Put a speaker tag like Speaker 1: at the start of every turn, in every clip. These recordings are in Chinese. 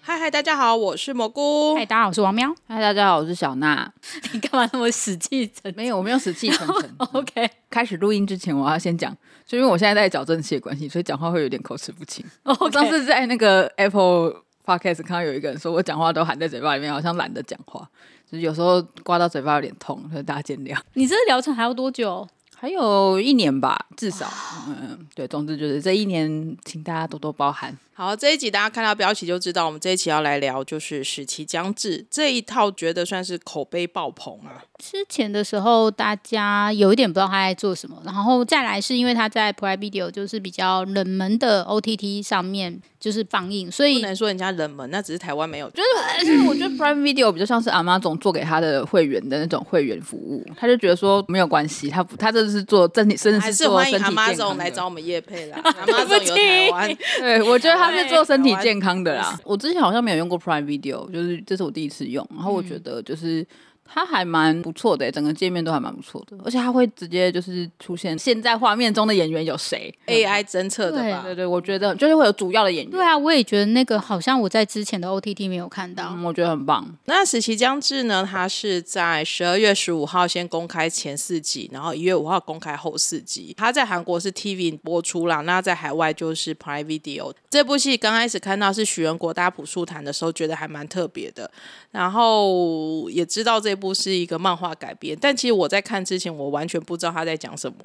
Speaker 1: 嗨嗨，大家好，我是蘑菇
Speaker 2: 嗨，。大家好，我是王喵。
Speaker 3: 嗨，大家好，我是小娜。
Speaker 2: 你干嘛那么死气沉。
Speaker 3: 没有，我没有死气沉 沉
Speaker 2: ？OK，
Speaker 3: 开始录音之前，我要先讲，就因为我现在在矫正器的关系，所以讲话会有点口齿不清。 我上次在那个 Apple Podcast 看到有一个人说我讲话都含在嘴巴里面，好像懒得讲话，就是有时候刮到嘴巴有点痛，所以大家见谅。
Speaker 2: 你这个疗程还要多久？
Speaker 3: 还有一年吧，至 少，嗯，对，总之就是这一年，请大家多多包涵。
Speaker 1: 好，这一集大家看到标题就知道，我们这一期要来聊就是《使其将至》这一套，觉得算是口碑爆棚啊。
Speaker 2: 之前的时候，大家有一点不知道他在做什么，然后再来是因为他在 Prime Video 就是比较冷门的 OTT 上面就是放映，所
Speaker 1: 不
Speaker 2: 以
Speaker 1: 能说人家冷门，那只是台湾没有。就
Speaker 3: 嗯就是我觉得 Prime Video 比较像是阿妈总做给他的会员的那种会员服务，他就觉得说没有关系，他不他这是做真的真的
Speaker 1: 还是
Speaker 3: 做
Speaker 1: 欢
Speaker 3: 身
Speaker 1: 迎
Speaker 3: 体
Speaker 1: 阿
Speaker 3: 健
Speaker 1: 妈
Speaker 3: 康
Speaker 1: 总
Speaker 3: 的
Speaker 1: 来找我们叶配 啦。阿妈总有台湾，
Speaker 3: 对，我觉得他是做身体
Speaker 1: 台湾
Speaker 3: 健康的啦。我之前好像没有用过 Prime Video，就是这是我第一次用，然后我觉得就是。它还蛮不错的、欸整个界面都还蛮不错的，而且它会直接就是出现现在画面中的演员有谁？
Speaker 1: AI 侦测的吧
Speaker 3: 对？对，我觉得就是会有主要的演员，
Speaker 2: 对啊，我也觉得那个好像我在之前的 OTT 没有看到。
Speaker 3: 嗯，我觉得很棒。
Speaker 1: 那《使其将至》呢？它是在十二月十五号先公开前四集，然后一月五号公开后四集。它在韩国是 TV 播出啦，那在海外就是 Prime Video。这部戏刚开始看到是许仁国搭朴树谈的时候，觉得还蛮特别的，然后也知道这部是一个漫画改编，但其实我在看之前，我完全不知道他在讲什么。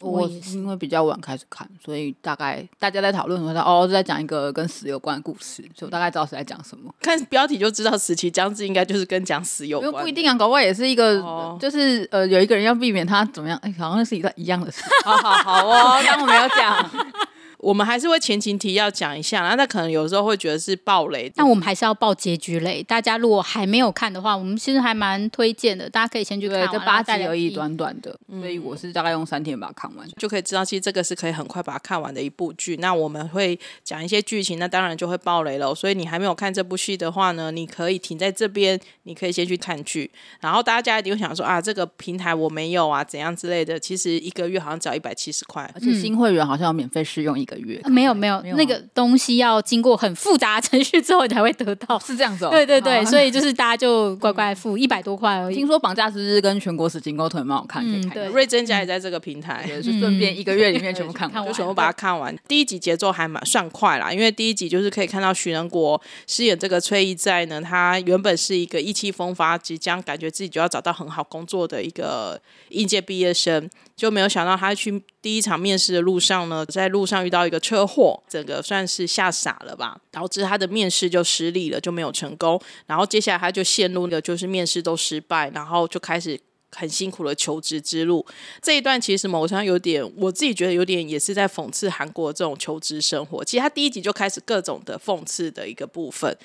Speaker 3: 我是因为比较晚开始看，所以大概大家在讨论的时候，哦，是在讲一个跟死有关的故事，所以我大概知道是在讲什么。
Speaker 1: 看标题就知道，死期将至应该就是跟讲死有
Speaker 3: 因为
Speaker 1: 关
Speaker 3: 不一。定啊，搞不好也是一个，
Speaker 1: 哦
Speaker 3: 就是呃，有一个人要避免他怎么样，哎、好像是一个一样的事。 好好好 哦，当我没有讲。
Speaker 1: 我们还是会前情提要讲一下啦，那可能有时候会觉得是暴雷，
Speaker 2: 但我们还是要报结局类，大家如果还没有看的话，我们其实还蛮推荐的，大家可以先 去看
Speaker 3: 对，
Speaker 2: 完。
Speaker 3: 这
Speaker 2: 然
Speaker 3: 八
Speaker 2: 后
Speaker 3: 集嗯
Speaker 2: 再聊
Speaker 3: 而已，
Speaker 2: 第一
Speaker 3: 短短的，所以我是大概用三天把它看完。
Speaker 1: 就可以知道，其实这个是可以很快把它看完的一部剧。那我们会讲一些剧情，那当然就会爆雷了。所以你还没有看这部戏的话呢，你可以停在这边，你可以先去看剧。然后大家一定会想说啊，这个平台我没有啊，怎样之类的。其实一个月好像只要一百七十块
Speaker 3: 而。且新会员好像有免费试用一个月，
Speaker 2: 呃没有没有
Speaker 3: 没有吗
Speaker 2: 那个东西要经过很复杂的程序之后你才会得到。
Speaker 3: 是这样子哦。
Speaker 2: 对对对，
Speaker 3: 以
Speaker 2: 所以就是大家就乖乖付一百多块而已
Speaker 3: 听。说绑架之日跟全国死刑沟通也蛮好看，可以看一下。
Speaker 2: 对
Speaker 1: 瑞珍家也在这个平台。
Speaker 3: 嗯对，是顺便一个月里面全部 看
Speaker 2: 看
Speaker 3: 完
Speaker 2: 完。
Speaker 1: 就全部把它看完。第一集节奏还蛮算快啦，因为第一集就是可以看到徐仁国饰演这个崔一在呢，他原本是一个意气风发，即将感觉自己就要找到很好工作的一个应届毕业生，就没有想到他去第一场面试的路上呢，在路上遇到一个车祸，整个算是吓傻了吧，导致他的面试就失利了，就没有成功。然后接下来他就陷入了就是面试都失败，然后就开始。很辛苦的求职之路，这一段其实某程度上有点，我自己觉得有点也是在讽刺韩国这种求职生活。其实他第一集就开始各种的讽刺的一个部分。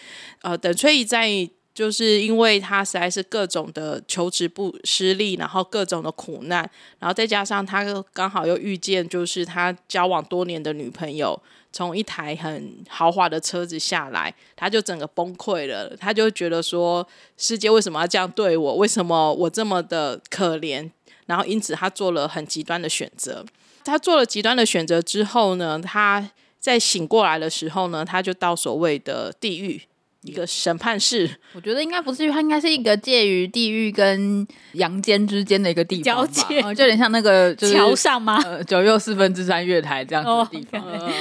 Speaker 1: 呃，等崔怡在就是因为他实在是各种的求职不失利，然后各种的苦难，然后再加上他刚好又遇见就是他交往多年的女朋友。从一台很豪华的车子下来，他就整个崩溃了。他就觉得说，世界为什么要这样对我？为什么我这么的可怜？然后因此他做了很极端的选择。他做了极端的选择之后呢，他在醒过来的时候呢，他就到所谓的地狱一个审判室，
Speaker 3: 我觉得应该不至于，它应该是一个介于地狱跟阳间之间的一个地方吧，
Speaker 2: 交界
Speaker 3: 呃就有点像那个就是
Speaker 2: 桥上吗？
Speaker 3: 呃九又四分之三月台这样子的
Speaker 2: 哦
Speaker 3: 地方。
Speaker 2: OK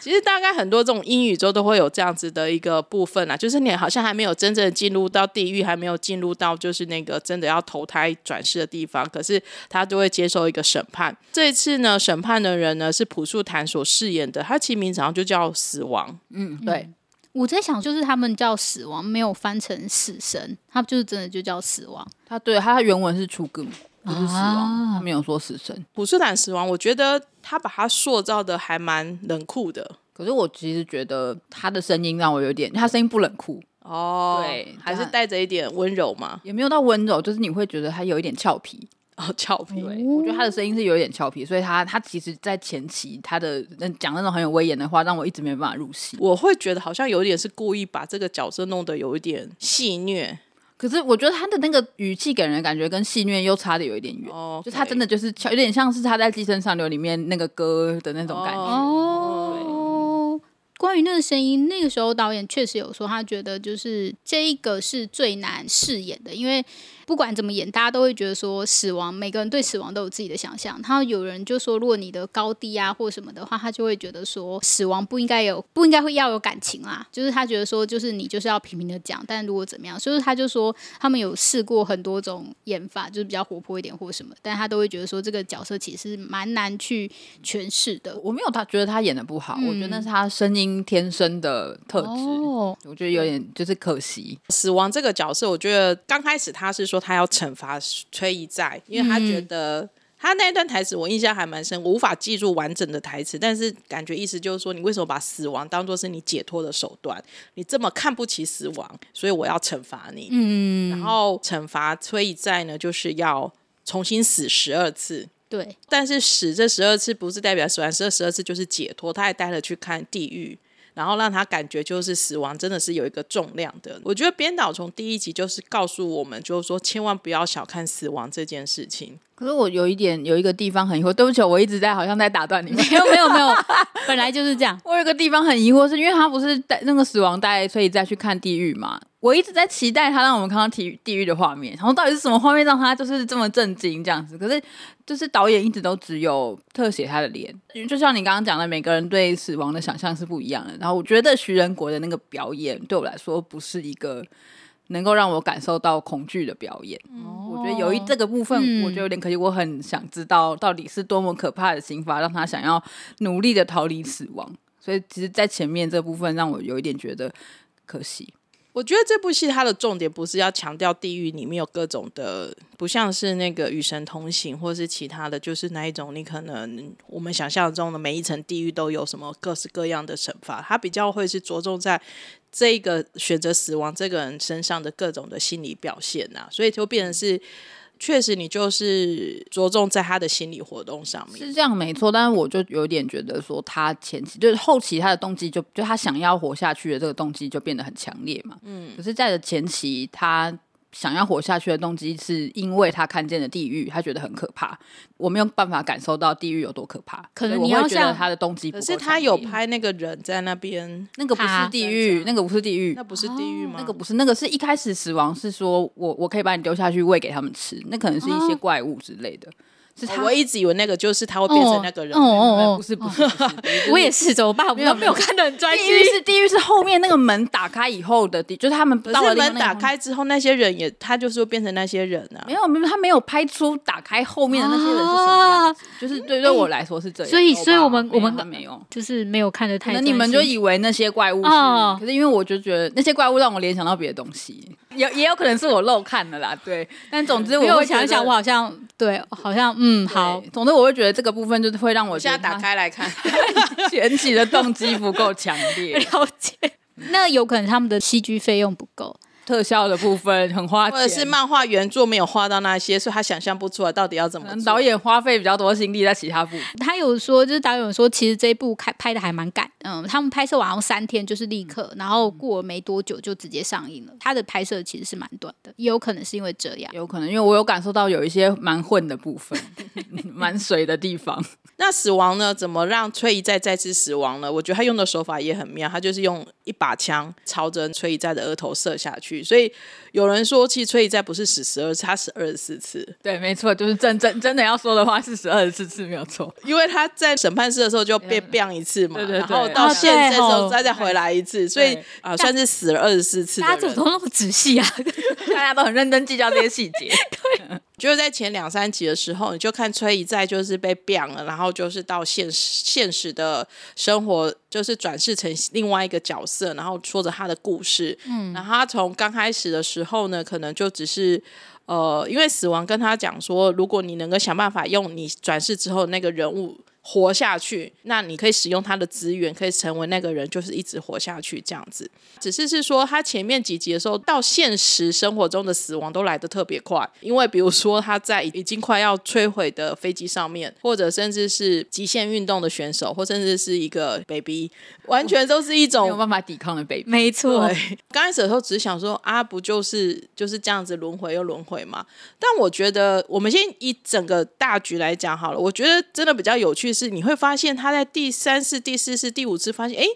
Speaker 1: 其实大概很多这种英语中都会有这样子的一个部分啊，就是你好像还没有真正进入到地狱，还没有进入到就是那个真的要投胎转世的地方，可是他就会接受一个审判。这一次呢，审判的人呢是朴树坦所饰演的，他其实名字好像就叫死亡，
Speaker 3: 嗯，对，
Speaker 2: 我在想，就是他们叫死亡，没有翻成死神，他们就是真的就叫死亡。
Speaker 3: 它对它原文是出 g 不是死亡，
Speaker 2: 啊
Speaker 3: 它没有说死神。
Speaker 1: 朴树坦死亡，我觉得他把他塑造的还蛮冷酷的
Speaker 3: 可是我其实觉得他的声音让我有点，他声音不冷酷，
Speaker 1: 哦
Speaker 3: 对
Speaker 1: 还是
Speaker 3: 他
Speaker 1: 带着一点温柔嘛，
Speaker 3: 也没有到温柔，就是你会觉得他有一点俏皮。
Speaker 1: 哦，俏皮。
Speaker 3: 我觉得他的声音是有一点俏皮，所以他他其实，在前期他的那讲那种很有威严的话，让我一直没办法入戏。
Speaker 1: 我会觉得好像有点是故意把这个角色弄得有一点戏虐，
Speaker 3: 可是我觉得他的那个语气给人的感觉跟戏虐又差的有一点远。
Speaker 1: 哦，
Speaker 3: 就他真的就是有点像是他在《寄生上流》里面那个歌的那种感觉。
Speaker 2: 哦，关于那个声音，那个时候导演确实有说，他觉得就是这一个是最难饰演的，因为不管怎么演，大家都会觉得说死亡，每个人对死亡都有自己的想象。然后有人就说，如果你的高低啊或什么的话，他就会觉得说死亡不应该有，不应该会要有感情啦。就是他觉得说，就是你就是要平平的讲，但如果怎么样，所以他就说他们有试过很多种演法，就是比较活泼一点或什么，但他都会觉得说这个角色其实蛮难去诠释的。
Speaker 3: 我没有他觉得他演的不好，我觉得那是他声音天生的特质。
Speaker 2: 哦，
Speaker 3: 我觉得有点就是可惜，
Speaker 1: 死亡这个角色，我觉得刚开始他是说他要惩罚崔一在，因为他觉得、他那一段台词我印象还蛮深，我无法记住完整的台词，但是感觉意思就是说，你为什么把死亡当做是你解脱的手段？你这么看不起死亡，所以我要惩罚你。嗯，然后惩罚崔一在呢，就是要重新死十二次。
Speaker 2: 对，
Speaker 1: 但是死这十二次不是代表死完这十二次就是解脱，他还带了去看地狱，然后让他感觉就是死亡真的是有一个重量的。我觉得编导从第一集就是告诉我们，就是说千万不要小看死亡这件事情。
Speaker 3: 可是我有一点有一个地方很疑惑，对不起，我一直在好像在打断你们。
Speaker 2: 没有没有没有，本来就是这样。
Speaker 3: 我有一个地方很疑惑，是因为他不是带那个死亡带，所以再去看地狱嘛。我一直在期待他让我们看到地狱地狱的画面，然后到底是什么画面让他就是这么震惊这样子？可是就是导演一直都只有特写他的脸，就像你刚刚讲的，每个人对死亡的想象是不一样的。然后我觉得徐仁国的那个表演对我来说不是一个能够让我感受到恐惧的表演。我觉得有一这个部分，
Speaker 2: 嗯
Speaker 3: 我觉得有点可惜。我很想知道到底是多么可怕的刑罚，让他想要努力的逃离死亡。所以其实，在前面这部分让我有一点觉得可惜。
Speaker 1: 我觉得这部戏它的重点不是要强调地狱里面有各种的，不像是那个《与神同行》或是其他的，就是那一种你可能我们想象中的每一层地狱都有什么各式各样的惩罚，它比较会是着重在这个选择死亡这个人身上的各种的心理表现呐、所以就变成是。确实，你就是着重在他的心理活动上面。
Speaker 3: 是这样没错，但是我就有点觉得说，他前期就是后期他的动机就就他想要活下去的这个动机就变得很强烈嘛。嗯，可是，在的前期他。想要活下去的动机是因为他看见了地狱，他觉得很可怕。我没有办法感受到地狱有多可怕，
Speaker 2: 可能
Speaker 3: 所以
Speaker 2: 你
Speaker 3: 我
Speaker 2: 要
Speaker 3: 会觉得
Speaker 2: 像
Speaker 3: 他的动机不
Speaker 1: 可
Speaker 3: 够
Speaker 1: 是
Speaker 3: 强烈。
Speaker 1: 他有拍那个人在那边，
Speaker 3: 那个不是
Speaker 2: 他
Speaker 3: 地狱，那个不是地狱
Speaker 1: 那，不是地狱吗？
Speaker 3: 哦那个不是，那个是一开始死亡是说我我可以把你丢下去喂给他们吃，那可能是
Speaker 2: 哦
Speaker 3: 一些怪物之类的，是他呃
Speaker 1: 哦我一直以为那个就是他会变成那个人。
Speaker 2: 哦哦哦，
Speaker 3: 不是不是，不是不是
Speaker 2: 我也是，怎么办？我
Speaker 3: 没有
Speaker 2: 没有看得很 专
Speaker 3: 地
Speaker 2: 心。
Speaker 3: 狱是地狱是后面那个门打开以后的地，就是他们到
Speaker 1: 可
Speaker 3: 了
Speaker 1: 是
Speaker 3: 另外
Speaker 1: 门
Speaker 3: 那个
Speaker 1: 打
Speaker 3: 空间。
Speaker 1: 开之后，那些人也他就是会变成那些人啊
Speaker 3: 没。有，没有，他没有拍出打开后面的那些人是什么样子，就是对对我来说是这样。
Speaker 2: 啊所以
Speaker 3: 好吧
Speaker 2: 所以我们
Speaker 3: 没有
Speaker 2: 我们
Speaker 3: 他没有，
Speaker 2: 就是没有看得
Speaker 3: 可
Speaker 2: 太，
Speaker 3: 能你们就以为那些怪物是，
Speaker 2: 哦
Speaker 3: 可是因为我就觉得那些怪物让我联想到别的东西，也也有可能是我漏看了啦。对，但总之
Speaker 2: 因为
Speaker 3: 我
Speaker 2: 我
Speaker 3: 会觉
Speaker 2: 想一
Speaker 3: 得
Speaker 2: 想，我好像对，好像嗯，
Speaker 3: 对
Speaker 2: 好，
Speaker 3: 总之我会觉得这个部分就是会让我
Speaker 1: 我现在
Speaker 3: 觉得
Speaker 1: 打开来 看，
Speaker 3: 他前期的动机不够强 烈，
Speaker 2: 嗯了解。那有可能他们的戏剧费用不够，
Speaker 3: 特效的部分很花
Speaker 1: 或者
Speaker 3: 钱，
Speaker 1: 是漫画原作没有画到那些，所以他想象不出来到底要怎
Speaker 3: 可
Speaker 1: 么
Speaker 3: 能
Speaker 1: 做
Speaker 3: 导演花费比较多心力在其他部分。
Speaker 2: 他有说，就是导演有说，其实这一部开拍的还蛮赶，嗯，他们拍摄完后三天就是立刻，然后过了没多久就直接上映了。他的拍摄其实是蛮短的，也有可能是因为这样。
Speaker 3: 有可能，因为我有感受到有一些蛮混的 部分，蛮水的地方。
Speaker 1: 那死亡呢？怎么让崔一再再次死亡呢？我觉得他用的手法也很妙，他就是用一把枪朝着崔一再的额头射下去。所以有人说，其实崔一再不是死十二次，他死二十四次，
Speaker 3: 对，没错，就是真真真的要说的话是十二次次没有错。
Speaker 1: 因为他在审判室的时候就被 biang 一次嘛，
Speaker 3: 嗯对对对
Speaker 1: 然后
Speaker 2: 哦
Speaker 1: 到
Speaker 2: 对
Speaker 1: 现身的时
Speaker 2: 哦
Speaker 1: 候再再回来一次，所以
Speaker 3: 对
Speaker 1: 啊、算是死了二十四次的
Speaker 2: 大家
Speaker 1: 人。
Speaker 2: 怎么都那么仔细啊？
Speaker 3: 大家都很认真计较这些细 节。
Speaker 1: 就是在前两三集的时候，你就看崔一在就是被 biang 了，然后就是到现实现实的生活，就是转世成另外一个角色，然后说着他的故事。嗯，然后他从刚开始的时候呢，可能就只是。呃，因为死亡跟他讲说，如果你能够想办法用你转世之后那个人物活下去，那你可以使用他的资源，可以成为那个人，就是一直活下去这样子。只是是说，他前面几集的时候，到现实生活中的死亡都来得特别快，因为比如说他在已经快要摧毁的飞机上面，或者甚至是极限运动的选手，或甚至是一个 baby，完全都是一
Speaker 2: 哦
Speaker 3: 没有
Speaker 1: 种。
Speaker 3: 办法抵抗的 baby。
Speaker 2: 没错，
Speaker 1: 对，刚开始的时候只是想说啊，不就是就是这样子轮回又轮回嘛。但我觉得，我们先以整个大局来讲好了。我觉得真的比较有趣是，你会发现他在第三次、第四次、第五次发现，诶，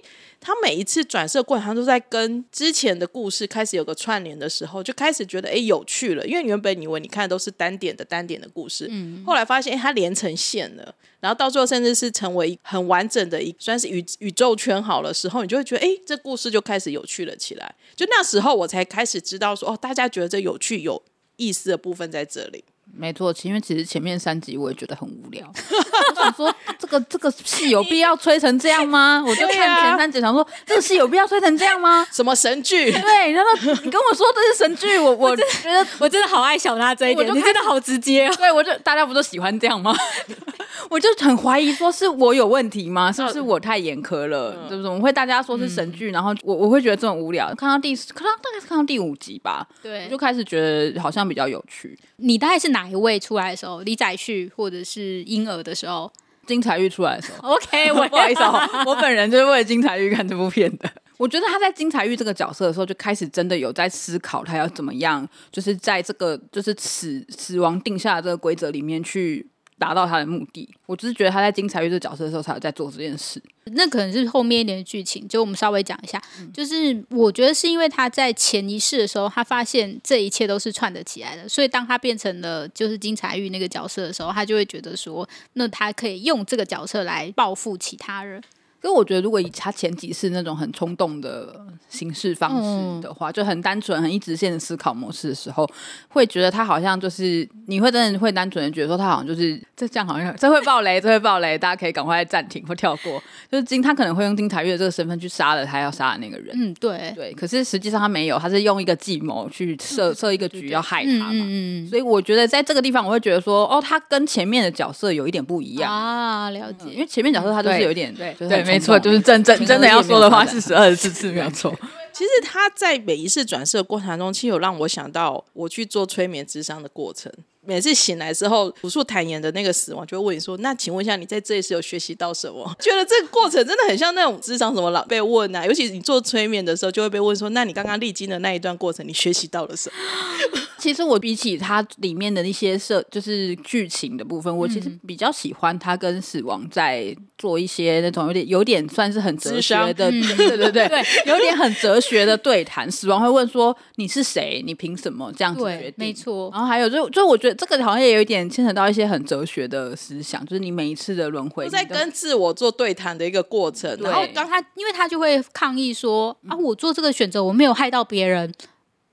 Speaker 1: 他每一次转色过程，他都在跟之前的故事开始有个串联的时候，就开始觉得诶有趣了。因为原本以为你看的都是单点的单点的故事，后来发现诶它连成线了，然后到最后甚至是成为很完整的一算是宇宇宙圈好了时候，你就会觉得诶这故事就开始有趣了起来。就那时候我才开始知道说哦，大家觉得这有趣有意思的部分在这里。
Speaker 3: 没错，因为其实前面三集我也觉得很无聊，我想说这个这个戏有必要吹成这样吗？我就
Speaker 1: 对啊
Speaker 3: 看前三集想说这个戏有必要吹成这样吗？
Speaker 1: 什么神剧？
Speaker 3: 对，然后你跟我说这是神剧，我我觉得
Speaker 2: 我真的好爱小娜这一点，
Speaker 3: 我就
Speaker 2: 你
Speaker 3: 开
Speaker 2: 真的好直接哦。
Speaker 3: 对，我就大家不都喜欢这样吗？ 我就很怀疑，说是我有问题吗？是不
Speaker 2: 嗯
Speaker 3: 是我太严苛了？对不对？我会大家说是神剧，然后我我会觉得这种无聊。看到第四，看到大概是看到第五集吧，
Speaker 2: 对
Speaker 3: 我就开始觉得好像比较有趣。
Speaker 2: 你大概是哪一位出来的时候？李载旭或者是婴儿的时候
Speaker 3: 金财玉出来的时候，
Speaker 2: ？OK，我
Speaker 3: 不好意思、哦，我本人就是为了金财玉看这部片的。 我觉得他在金财玉这个角色的时候，就开始真的有在思考他要怎么样，就是在这个就是死死亡定下的这个规则里面去达到他的目的。我只是觉得他在金财玉这个角色的时候，才有在做这件事。
Speaker 2: 那可能是后面一点的剧情，就我们稍微讲一下。
Speaker 3: 嗯
Speaker 2: 就是我觉得是因为他在前一世的时候，他发现这一切都是串得起来的，所以当他变成了就是金财玉那个角色的时候，他就会觉得说，那他可以用这个角色来报复其他人。
Speaker 3: 可是我觉得，如果以他前几次那种很冲动的行事方式的话，就很单纯、很一直线的思考模式的时候，会觉得他好像就是你会真的会单纯的觉得说他好像就是这这样好像这会爆雷，这会爆雷，大家可以赶快暂停或跳过。就是金他可能会用金台月这个身份去杀了他要杀的那个人，
Speaker 2: 嗯，对，
Speaker 3: 对。可是实际上他没有，他是用一个计谋去设设一个局要害
Speaker 2: 嗯
Speaker 3: 他嘛。
Speaker 2: 嗯嗯
Speaker 3: 所以我觉得在这个地方，我会觉得说，哦，他跟前面的角色有一点不一
Speaker 2: 嗯，
Speaker 3: 样。
Speaker 2: 啊，了解。
Speaker 3: 因为前面角色他就是
Speaker 4: 嗯对
Speaker 3: 有一点
Speaker 4: 对
Speaker 3: 就是
Speaker 4: 对，
Speaker 3: 很
Speaker 4: 没
Speaker 3: 冲
Speaker 4: 错，
Speaker 3: 动
Speaker 4: 就是真真真的要说的话是十二十次，没有错。
Speaker 1: 其实他在每一次转世的过程中，其实有让我想到我去做催眠智商的过程。每次醒来之后，朴素坦言的那个死亡就会问你说：“那请问一下，你在这一世有学习到什么？” 觉得这个过程真的很像那种智商什么老被问啊，尤其你做催眠的时候，就会被问说：“那你刚刚历经的那一段过程，你学习到了什么
Speaker 3: 其实我比起它里面的一些设，就是剧情的部分，我其实
Speaker 4: 嗯
Speaker 3: 比较喜欢它跟死亡在做一些那种有点有点算是很哲学的，
Speaker 4: 嗯
Speaker 3: 对 对对，有点很哲学的对谈。死亡会问说你是谁，你凭什么这样子决
Speaker 2: 对
Speaker 3: 定？，
Speaker 2: 没。错。
Speaker 3: 然后还有就就我觉得这个好像也有一点牵扯到一些很哲学的思想，就是你每一次的轮？”回，
Speaker 1: 都在
Speaker 3: 你都
Speaker 1: 跟自我做对谈的一个过程。
Speaker 3: 对
Speaker 1: 然
Speaker 2: 然
Speaker 1: 后
Speaker 2: 后当他，因为他就会抗议说：“啊，我做这个选择，我没有害到别人。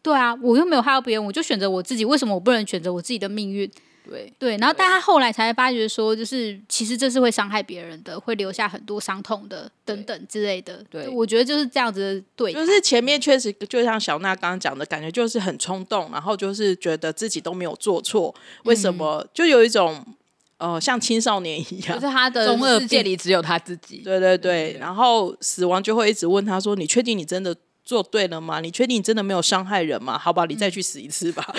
Speaker 2: 对啊，我又没有害到别人，我就选择我自己。为什么我不能选择我自己的命运？
Speaker 3: 对
Speaker 2: 对。然后，但他后来才发觉说，就是其实这是会伤害别人的，会留下很多伤痛的，等等之类的。
Speaker 3: 对
Speaker 2: 我觉得就是这样子的对谈，
Speaker 3: 啊
Speaker 1: 就是前面确实就像小娜刚刚讲的感觉，就是很冲动，然后就是觉得自己都没有做错，为
Speaker 3: 嗯
Speaker 1: 什么、就有一种呃像青少年一
Speaker 3: 就
Speaker 1: 样
Speaker 3: 是。嗯他的
Speaker 2: 中二
Speaker 3: 世界
Speaker 2: 病
Speaker 3: 里只有他自己。
Speaker 1: 对对对，然后死亡就会一直问他说：“你确定你真的做对了吗？你确定你真的没有伤害人吗？好吧，你
Speaker 3: 嗯
Speaker 1: 再去死一 次吧，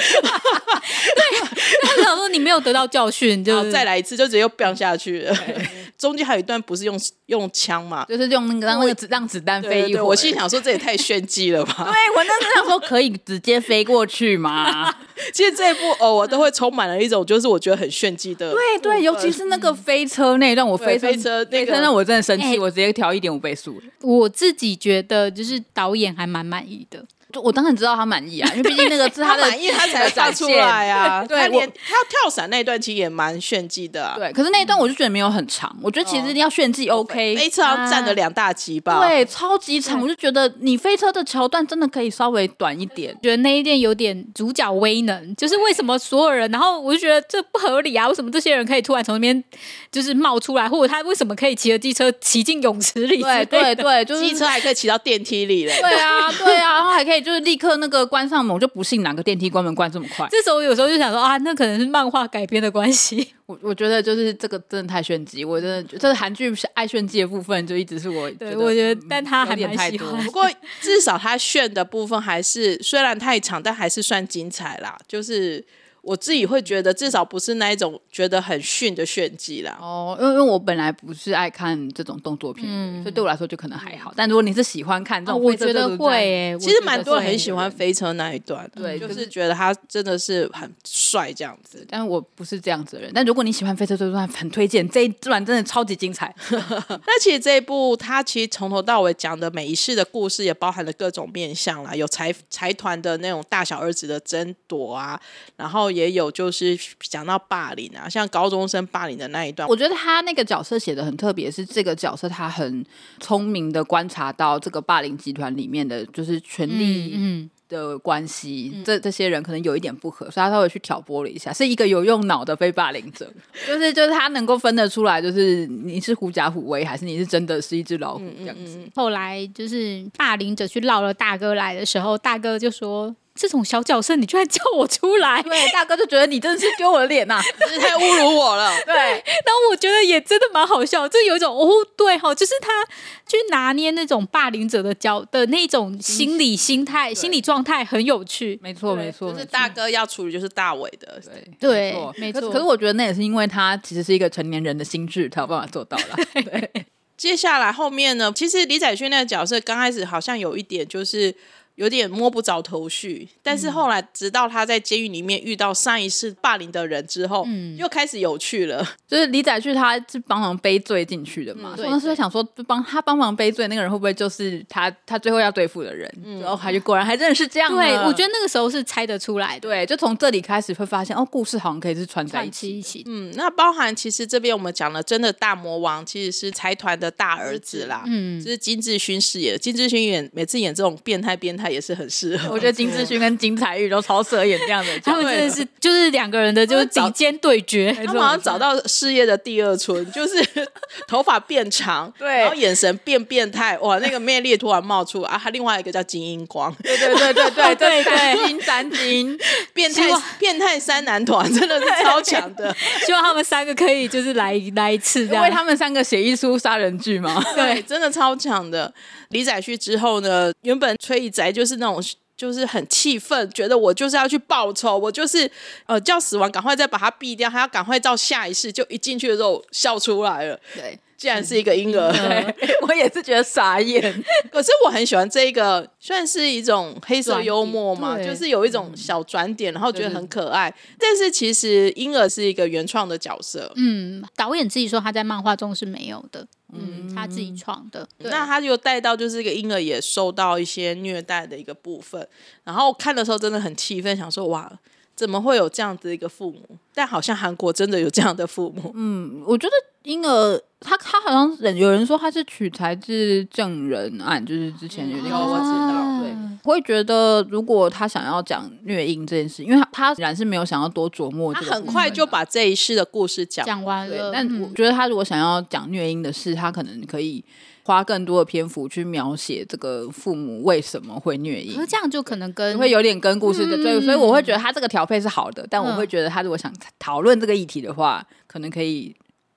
Speaker 2: 他 想说你没有得到教训，
Speaker 1: 然
Speaker 2: 就
Speaker 1: 后
Speaker 2: 是
Speaker 1: 再来一次，就直接又飙下去了。 中间还有一段不是用用枪嘛？
Speaker 3: 就是用那个让那个子让子弹
Speaker 1: 对
Speaker 3: 飞
Speaker 1: 对
Speaker 3: 一会
Speaker 1: 对，
Speaker 3: 儿，
Speaker 1: 我 心里想说这也太炫技了吧！
Speaker 3: 对我那时候想说可以直接飞过去 吗？
Speaker 1: 其实这一部哦，我都会充满了一种就是我觉得很炫技的
Speaker 3: 对对，尤其是那个飞车那一段，我
Speaker 1: 嗯对
Speaker 3: 飞车
Speaker 1: 飞车那
Speaker 3: 飞
Speaker 1: 个
Speaker 3: 车那我真的生气，
Speaker 2: 哎
Speaker 3: 我直接调一点五倍速了。
Speaker 2: 我自己觉得，就是导演还蛮满意的。
Speaker 3: 就我当然知道他满意啊，因为毕竟那个 是
Speaker 1: 他
Speaker 3: 的
Speaker 1: 满意他才
Speaker 3: 展
Speaker 1: 放出
Speaker 3: 现。
Speaker 1: 来 啊。
Speaker 3: 对
Speaker 1: 他
Speaker 3: 我
Speaker 1: 连他跳伞那一段其实也蛮炫技的、啊，
Speaker 3: 对，可是那一段我就觉得没有很长，我觉得其实要炫技 OK，
Speaker 1: 哦飞车要啊占了两大集吧。
Speaker 3: 对，超级长，我就觉得你飞车的桥段真的可以稍微短一 点。
Speaker 2: 觉得那一件有点主角威能，就是为什么所有人，然后我就觉得这不合理啊！为什么这些人可以突然从那边就是冒出来，或者他为什么可以骑着机车骑进泳池里之
Speaker 3: 对
Speaker 2: 类的？
Speaker 3: 对对，就是
Speaker 1: 机车还可以骑到电梯里嘞。
Speaker 3: 对啊，对啊，然后还可以以就是立刻那个关上门，我就不信哪个电梯关门关这么快。
Speaker 2: 这时候我有时候就想说啊，那可能是漫画改编的关系。
Speaker 3: 我我觉得就是这个真的太炫技，我真的觉得这是韩剧爱炫技的部分，就一直是我
Speaker 2: 对，
Speaker 3: 觉
Speaker 2: 我
Speaker 3: 得
Speaker 2: 觉得，但他还
Speaker 3: 有点
Speaker 2: 蛮
Speaker 3: 太
Speaker 2: 喜
Speaker 3: 多
Speaker 2: 欢
Speaker 1: 不。过至少它炫的部分还是虽然太长，但还是算精彩啦。就是我自己会觉得，至少不是那一种觉得很逊的炫技啦。
Speaker 3: 哦，因为因为我本来不是爱看这种动作片的人，所以对我来说就可能还好。但如果你是喜欢看这
Speaker 2: 嗯哦
Speaker 3: 种
Speaker 2: 我
Speaker 3: 飞车
Speaker 2: 觉
Speaker 3: 这种战，
Speaker 2: 得会诶、我
Speaker 1: 其实
Speaker 2: 觉
Speaker 1: 蛮
Speaker 2: 得
Speaker 1: 多人
Speaker 2: 会
Speaker 1: 很喜欢飞车那一段，
Speaker 3: 对
Speaker 1: 就
Speaker 3: 就是
Speaker 1: 是觉得他真的是很帅这样子。
Speaker 3: 但是我不是这样子的人。但如果你喜欢《飞车作战》，很推荐这一段，真的超级精彩。
Speaker 1: 那其实这一部，它其实从头到尾讲的每一世的故事，也包含了各种面向啦，有财财团的那种大小儿子的争夺啊，然后也有就是讲到霸凌啊，像高中生霸凌的那一段，
Speaker 3: 我觉得他那个角色写的很特别，是这个角色他很聪明的观察到这个霸凌集团里面的就是权力
Speaker 2: 嗯，
Speaker 3: 的关系，这这些人可能有一点不合，所以他稍微去挑拨了一下，是一个有用脑的被霸凌者，就是就是他能够分得出来，就是你是狐假虎威，还是你是真的是一只老虎
Speaker 1: 嗯
Speaker 3: 这样子。
Speaker 2: 后来就是霸凌者去闹了大哥来的时候，大哥就说：“这种小角色你居然叫我出来
Speaker 3: 对，大哥就觉得你真的是丢我的脸呐、
Speaker 1: 就是太侮辱我 了。
Speaker 3: 对，！”
Speaker 2: 然后我觉得也真的蛮好笑，就有一种哦，对哈、哦，就是他去拿捏那种霸凌者的角的那种心理心态、心理状态很有趣。
Speaker 3: 没错，
Speaker 1: 对
Speaker 3: 没错，
Speaker 1: 就是
Speaker 3: 没错
Speaker 1: 大哥要处理就是大伟的，
Speaker 2: 对
Speaker 3: 对
Speaker 2: 没
Speaker 3: 没错可
Speaker 2: 错
Speaker 3: 是。可是我觉得那也是因为他其实是一个成年人的心智才有办法做到啦。
Speaker 1: 接下来后面呢，其实李宰勋那个角色刚开始好像有一点就是有点摸不着头绪，但
Speaker 3: 嗯
Speaker 1: 是后来直到他在监狱里面遇到上一世霸凌的人之后，
Speaker 3: 嗯
Speaker 1: 又开始有趣了。
Speaker 3: 就是李宰旭他是帮忙背罪进去的嘛，
Speaker 2: 嗯
Speaker 3: 所
Speaker 2: 对
Speaker 3: 以那时候想说帮他帮忙背罪那个人会不会就是他他最后要对付的人？然后还就果然还真的是这样呢。
Speaker 2: 对，我觉得那个时候是猜得出来的，
Speaker 3: 对，就从这里开始会发现哦，故事好像可以是串在
Speaker 2: 短
Speaker 3: 一起。
Speaker 2: 期一起。
Speaker 1: 嗯，那包含其实这边我们讲了，真的大魔王其实是财团的大儿子啦，
Speaker 2: 嗯
Speaker 1: 就是金志勋饰演的。金志勋演每次演这种变态变态也是很适合。
Speaker 3: 我觉得金志勋跟金彩玉都超适合演这样的角
Speaker 2: 他
Speaker 3: 色，
Speaker 2: 们真的是就是两个人的就是顶尖对决，
Speaker 1: 他们好像找到事业的第二春，就是 头发变长，
Speaker 3: 对
Speaker 1: 然后眼神变变态，哇，那个魅力突然冒出啊！他另外一个叫金英光，
Speaker 3: 对对对对对
Speaker 2: 对对
Speaker 3: 金三金，
Speaker 1: 变态
Speaker 2: 希望
Speaker 1: 变态三男团真的是超强的。
Speaker 2: 希望他们三个可以就是来来一次这
Speaker 3: 因
Speaker 2: 样
Speaker 3: 为。他们三个写一出杀人剧嘛。
Speaker 1: 对，真的超强的。李宰旭之后呢，原本崔以宅就是那种。就是很气愤，觉得我就是要去报仇，我就是呃叫死亡赶快再把他毙掉，还要赶快到下一世。就一进去的时候笑出来了，
Speaker 3: 对，
Speaker 1: 竟然是一个婴儿。
Speaker 3: 我也是觉得傻眼。
Speaker 1: 可是我很喜欢这一个，算是一种黑色幽默嘛，
Speaker 2: 转移对
Speaker 1: 就是有一种小转点，然后觉得很可爱。但是其实婴儿是一个原创的角色，
Speaker 2: 嗯，导演自己说他在漫画中是没有的，嗯，他自己创的。对
Speaker 1: 那他就带到就是一个婴儿也受到一些虐待的一个部分，然后看的时候真的很气愤，想说哇，怎么会有这样子一个父母？但好像韩国真的有这样的父母，
Speaker 3: 我觉得婴儿他他好像人有人说他是取材自证人案，就是之前有那个
Speaker 1: 哦我知道
Speaker 2: 啊
Speaker 3: 对，我会觉得如果他想要讲虐婴这件事，因为他他显然是没有想要多琢磨
Speaker 1: 他
Speaker 3: 这个部分的，
Speaker 1: 很快就把这一世的故事讲。
Speaker 2: 讲完
Speaker 3: 对
Speaker 2: 了，，
Speaker 3: 但
Speaker 2: 嗯
Speaker 3: 我觉得他如果想要讲虐婴的事，他可能可以花更多的篇幅去描写这个父母为什么会虐婴
Speaker 2: 嗯可是。这样就可能跟
Speaker 3: 会有点跟故事的，对，所以我会觉得他这个调配是好的，但
Speaker 2: 嗯
Speaker 3: 我会觉得他如果想讨论这个议题的话，可能可以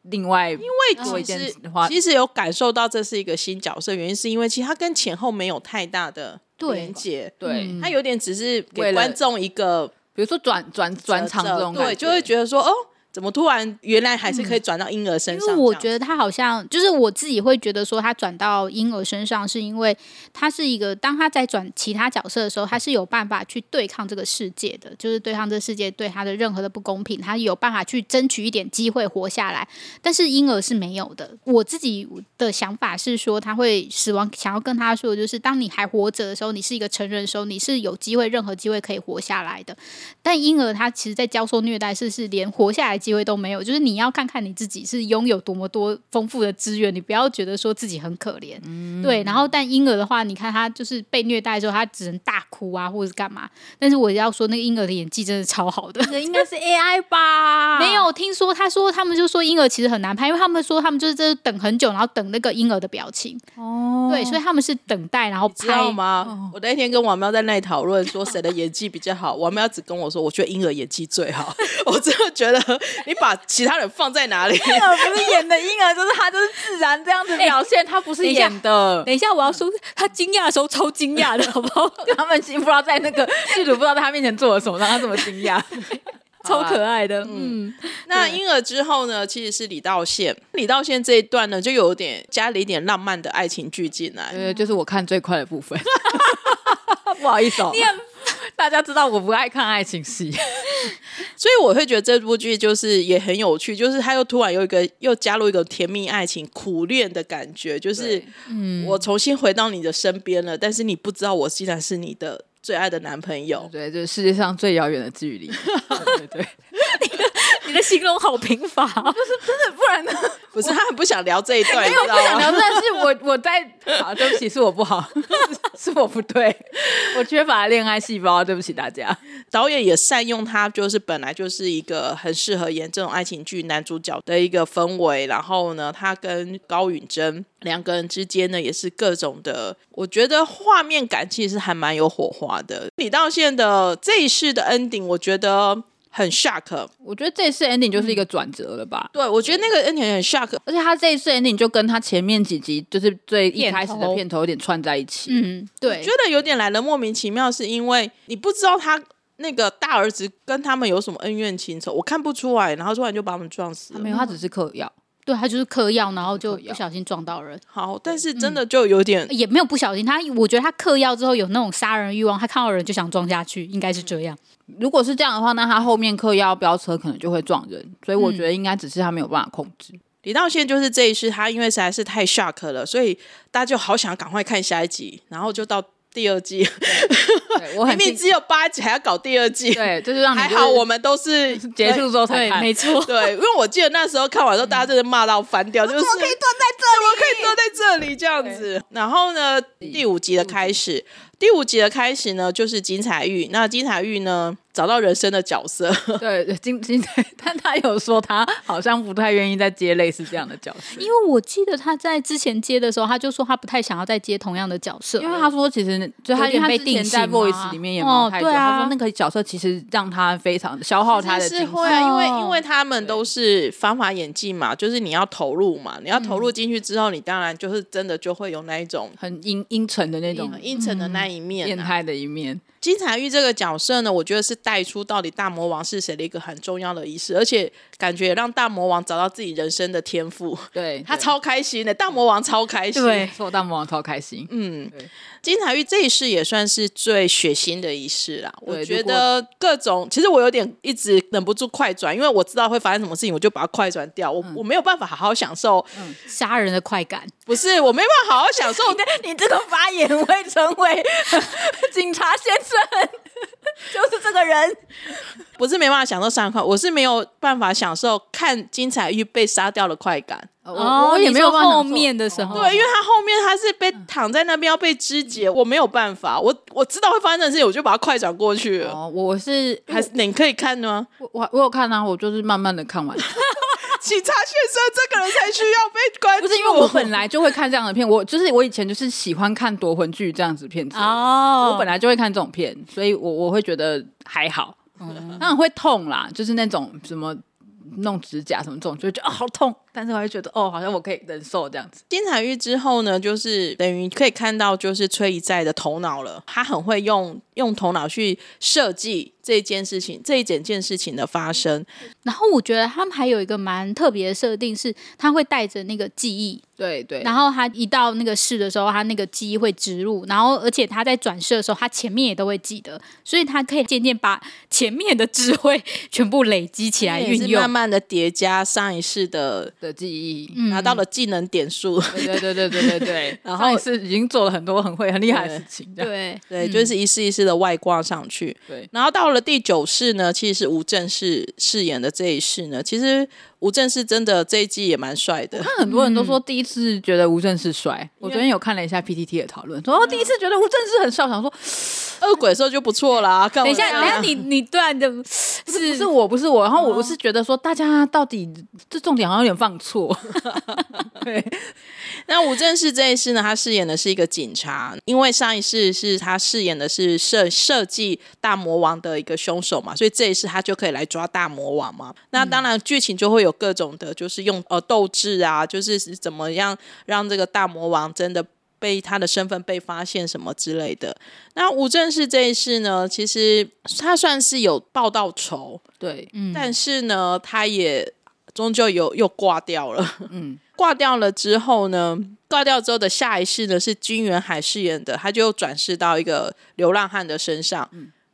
Speaker 3: 另外因为做一
Speaker 1: 其
Speaker 3: 件
Speaker 1: 实
Speaker 3: 话
Speaker 1: 其实有感受到这是一个新角色，原因是因为其实他跟前后没有太大的
Speaker 2: 对
Speaker 1: 连接，
Speaker 3: 对，
Speaker 2: 嗯
Speaker 1: 他有点只是给
Speaker 3: 为了
Speaker 1: 观众一个
Speaker 3: 比如说转转转场这种感
Speaker 1: 对，就会觉得说哦，怎么突然原来还是可以转到婴儿身
Speaker 2: 因
Speaker 1: 上这
Speaker 2: 为
Speaker 1: 样？
Speaker 2: 我觉得他好像就是我自己会觉得说，他转到婴儿身上，是因为他是一个当他在转其他角色的时候，他是有办法去对抗这个世界的，就是对抗这世界对他的任何的不公平，他有办法去争取一点机会活下来。但是婴儿是没有的。我自己的想法是说，他会死亡想要跟他说，的就是当你还活着的时候，你是一个成人的时候，你是有机会任何机会可以活下来的。但婴儿他其实，在遭受虐待是是连活下来的机会都没有，就是你要看看你自己是拥有多么多丰富的资源，你不要觉得说自己很可怜，
Speaker 1: 嗯
Speaker 2: 对。然后，但婴儿的话，你看他就是被虐待的时候，他只能大哭啊，或者是干嘛。但是我要说，那个婴儿的演技真的超 好的，
Speaker 3: 得应该是 AI 吧
Speaker 2: 没，有听说，他说他们就说婴儿其实很难拍，因为他们说他们就是这等很久，然后等那个婴儿的表情。
Speaker 3: 哦
Speaker 2: 对，所以他们是等待，然后
Speaker 1: 知
Speaker 2: 拍。
Speaker 1: 道吗？我那天跟王喵在那里讨论说谁的演技比较好，王喵只跟我说，我觉得婴儿演技最好。 我真的觉得你把其他人放在哪里？
Speaker 4: 婴儿不是演的婴儿，就是他就是自然这样子
Speaker 3: 哎
Speaker 4: 表现，他不是
Speaker 3: 是演
Speaker 4: 演的。
Speaker 2: 等一下，我要说他惊讶的时候超惊讶的，好不 好？
Speaker 3: 他们不知道在那个剧组不知道在他面前做了什么，让他这么惊 讶。
Speaker 4: 啊
Speaker 2: 超可爱的，嗯，
Speaker 1: 那婴儿之后呢，其实是李道宪。李道宪这一段呢，就有点加了一点浪漫的爱情剧进来。
Speaker 3: 对，就是我看最快的部分。嗯 不好意思哦，大家知道我不爱看爱情戏，
Speaker 1: 所以我会觉得这部剧就是也很有趣，就是它又突然有一个又加入一个甜蜜爱情苦恋的感觉，就是嗯
Speaker 3: 对
Speaker 1: 我重新回到你的身边了，但是你不知道我竟然是你的最爱的男朋友。
Speaker 3: 对，就是世界上最遥远的距离。对对 对，
Speaker 2: 你的形容好贫乏哦，
Speaker 3: 不然呢？
Speaker 1: 不是他很不想聊这一段，你知
Speaker 3: 不想
Speaker 1: 道吗？
Speaker 3: 聊，但是我我在好，对不起，是我不好， 是我不对，我缺乏恋爱细胞，对不起大家。
Speaker 1: 导演也善用他，就是本来就是一个很适合演这种爱情剧男主角的一个氛围。然后呢，他跟高允贞两个人之间呢，也是各种的，我觉得画面感其实还蛮有火花的。李道宪的这一世的 ending，我觉得很 shock。
Speaker 3: 我觉得这次 ending 就是一个转折了吧。
Speaker 1: 对，我觉得那个 ending 很 shock，
Speaker 3: 而且他这一次 ending 就跟他前面几集就是最一
Speaker 2: 片
Speaker 3: 开始的
Speaker 2: 头
Speaker 3: 片头有点串在一起，
Speaker 2: 嗯，对
Speaker 1: 觉，得有点来的莫名其妙，是因为你不知道他。那个大儿子跟他们有什么恩怨情仇，我看不出来，然后突然就把他们撞死
Speaker 3: 他
Speaker 1: 了。
Speaker 3: 没有，他只是嗑药，
Speaker 2: 对他就是嗑药，然后就
Speaker 3: 嗑药
Speaker 2: 不小心撞到人，
Speaker 1: 好，但是
Speaker 3: 嗯
Speaker 1: 真的就有点
Speaker 2: 也没有不小心，他我觉得他嗑药之后有那种杀人的欲望，他看到人就想撞下去，应该是这样。
Speaker 3: 如果是这样的话，那他后面嗑药飙车可能就会撞人，所以我觉得应该只是他没有办法控制。
Speaker 1: 李道宪就是这一世，他因为实在是太 shock 了，所以大家就好想赶快看下一集，然后就到第二季，
Speaker 3: 对我
Speaker 1: 明
Speaker 3: 很
Speaker 1: 明
Speaker 3: 幸
Speaker 1: 只有八集，还要搞第二季，
Speaker 3: 对，就是让你
Speaker 1: 还
Speaker 3: 就是
Speaker 1: 好我们都是
Speaker 3: 结束之后才看，
Speaker 2: 错，
Speaker 1: 对，因为我记得那时候看完之后，大家真的骂到翻掉，就是怎么可以蹲在这里？怎么可以蹲在这里这样子？然后呢，第五集的开始，第五集的开始呢，就是金彩玉。那金彩玉呢，找到人生的角色，
Speaker 3: 对，对今今但他有说他好像不太愿意再接类似这样的角色，
Speaker 2: 因为我记得他在之前接的时候，他就说他不太想要再接同样的角色，
Speaker 3: 因为他说其实就他
Speaker 2: 有点
Speaker 3: 因为
Speaker 2: 被
Speaker 3: 他之前
Speaker 2: 定
Speaker 3: 在
Speaker 2: 型嘛
Speaker 3: Voice 里面也忙
Speaker 2: 哦
Speaker 3: 太久，
Speaker 2: 对啊
Speaker 3: 他说那个角色其实让他非常消耗他的精
Speaker 1: 是
Speaker 3: 神，
Speaker 1: 会啊，因为
Speaker 2: 哦
Speaker 1: 因为他们都是方法演技嘛，就是你要投入嘛，你要
Speaker 3: 嗯
Speaker 1: 投入进去之后，你当然就是真的就会有那一种。
Speaker 3: 很阴阴沉的那种
Speaker 1: 很阴啊沉的那一面、
Speaker 3: 嗯变
Speaker 1: 啊，
Speaker 3: 态的一面。
Speaker 1: 金彩玉这个角色呢，我觉得是带出到底大魔王是谁的一个很重要的仪式，而且感觉也让大魔王找到自己人生的天赋，
Speaker 3: 对
Speaker 1: 他超开心的，大魔王超开心。
Speaker 3: 对，做大魔王超开心。
Speaker 1: 嗯
Speaker 3: 对，
Speaker 1: 金彩玉这一世也算是最血腥的一世啦。我
Speaker 3: 对
Speaker 1: 觉
Speaker 3: 如果
Speaker 1: 得各种，其实我有点一直忍不住快转，因为我知道会发生什么事情，我就把它快转掉。我、我没有办法好好享受，
Speaker 2: 杀人的快感。
Speaker 1: 不是我没办法好好享受
Speaker 4: 你这个发言会成 为警察先生，就是这个人。
Speaker 1: 不是没办法享受杀人快，我是没有办法享受看金彩玉被杀掉的快感。
Speaker 3: 哦我我也没有
Speaker 2: 哦你说
Speaker 3: 办法
Speaker 2: 后
Speaker 3: 做哦
Speaker 2: 面的时候，
Speaker 1: 对，因为他后面他是被躺在那边要被肢解，我没有办法，我我知道会发生的事情，我就把它快转过去了。
Speaker 3: 哦，我是
Speaker 1: 还是你可以看吗？
Speaker 3: 我我我有看啊，我就是慢慢的看完，
Speaker 1: 警察先生这个人才需要被关注。哦
Speaker 3: 不是因为我本来就会看这样的片，我就是我以前就是喜欢看夺魂剧这样子片子，
Speaker 2: 哦，
Speaker 3: 我本来就会看这种片，所以我我会觉得还好， 当然会痛啦，就是那种什么。弄指甲什么这种，就会觉得哦好痛，但是我还觉得哦，好像我可以忍受这样子。
Speaker 1: 金彩玉之后呢，就是等于可以看到，就是崔一在的头脑了。他很会用用头脑去设计这一件事情，这一整件事情的发生。
Speaker 2: 然后我觉得他们还有一个蛮特别的设定是，他会带着那个记忆，
Speaker 3: 对对，
Speaker 2: 然后他一到那个市的时候，他那个记忆会植入，然后而且他在转世的时候，他前面也都会记得，所以他可以渐渐把前面的智慧全部累积起来
Speaker 1: 也是
Speaker 2: 运
Speaker 1: 慢
Speaker 2: 用。
Speaker 1: 慢的叠加上一世的
Speaker 3: 的记忆，
Speaker 2: 嗯
Speaker 1: 拿到了技能点数，
Speaker 3: 对对对对对对对。 然后是已经做了很多很会很厉害的事情，这样
Speaker 2: 对
Speaker 1: 对，就是一世一世的外挂上去。
Speaker 3: 对
Speaker 1: 然后到了第九世呢，其实是吴正式饰演的这一世呢，其实吴正式真的这一季也蛮帅的。
Speaker 3: 那很多人都说第一次觉得吴正式帅，我昨天有看了一下 PTT 的讨论，说哦第一次觉得吴正式很帅，我想说
Speaker 1: 恶鬼的时候就不错啦。干嘛
Speaker 2: 等一下，
Speaker 1: 这样
Speaker 2: 等一下，你你对啊，你的
Speaker 3: 不
Speaker 2: 是
Speaker 3: 是嗯我不是我，然后我我是 觉得说大家到底这重点好像有点放错，对，
Speaker 1: 那吴正式这一世呢，他饰演的是一个警察，因为上一世是他饰演的是设设计大魔王的一个凶手嘛，所以这一世他就可以来抓大魔王嘛。那当然剧情就会有各种的，就是用呃斗志啊，就是怎么样让这个大魔王真的。被他的身份被发现什么之类的。那吴正式这一世呢，其实他算是有报到仇，
Speaker 3: 对，
Speaker 1: 但是呢，他也终究有又挂掉了。
Speaker 3: 嗯，
Speaker 1: 挂掉了之后呢，挂掉之后的下一世呢是金元海饰演的，他就转世到一个流浪汉的身上，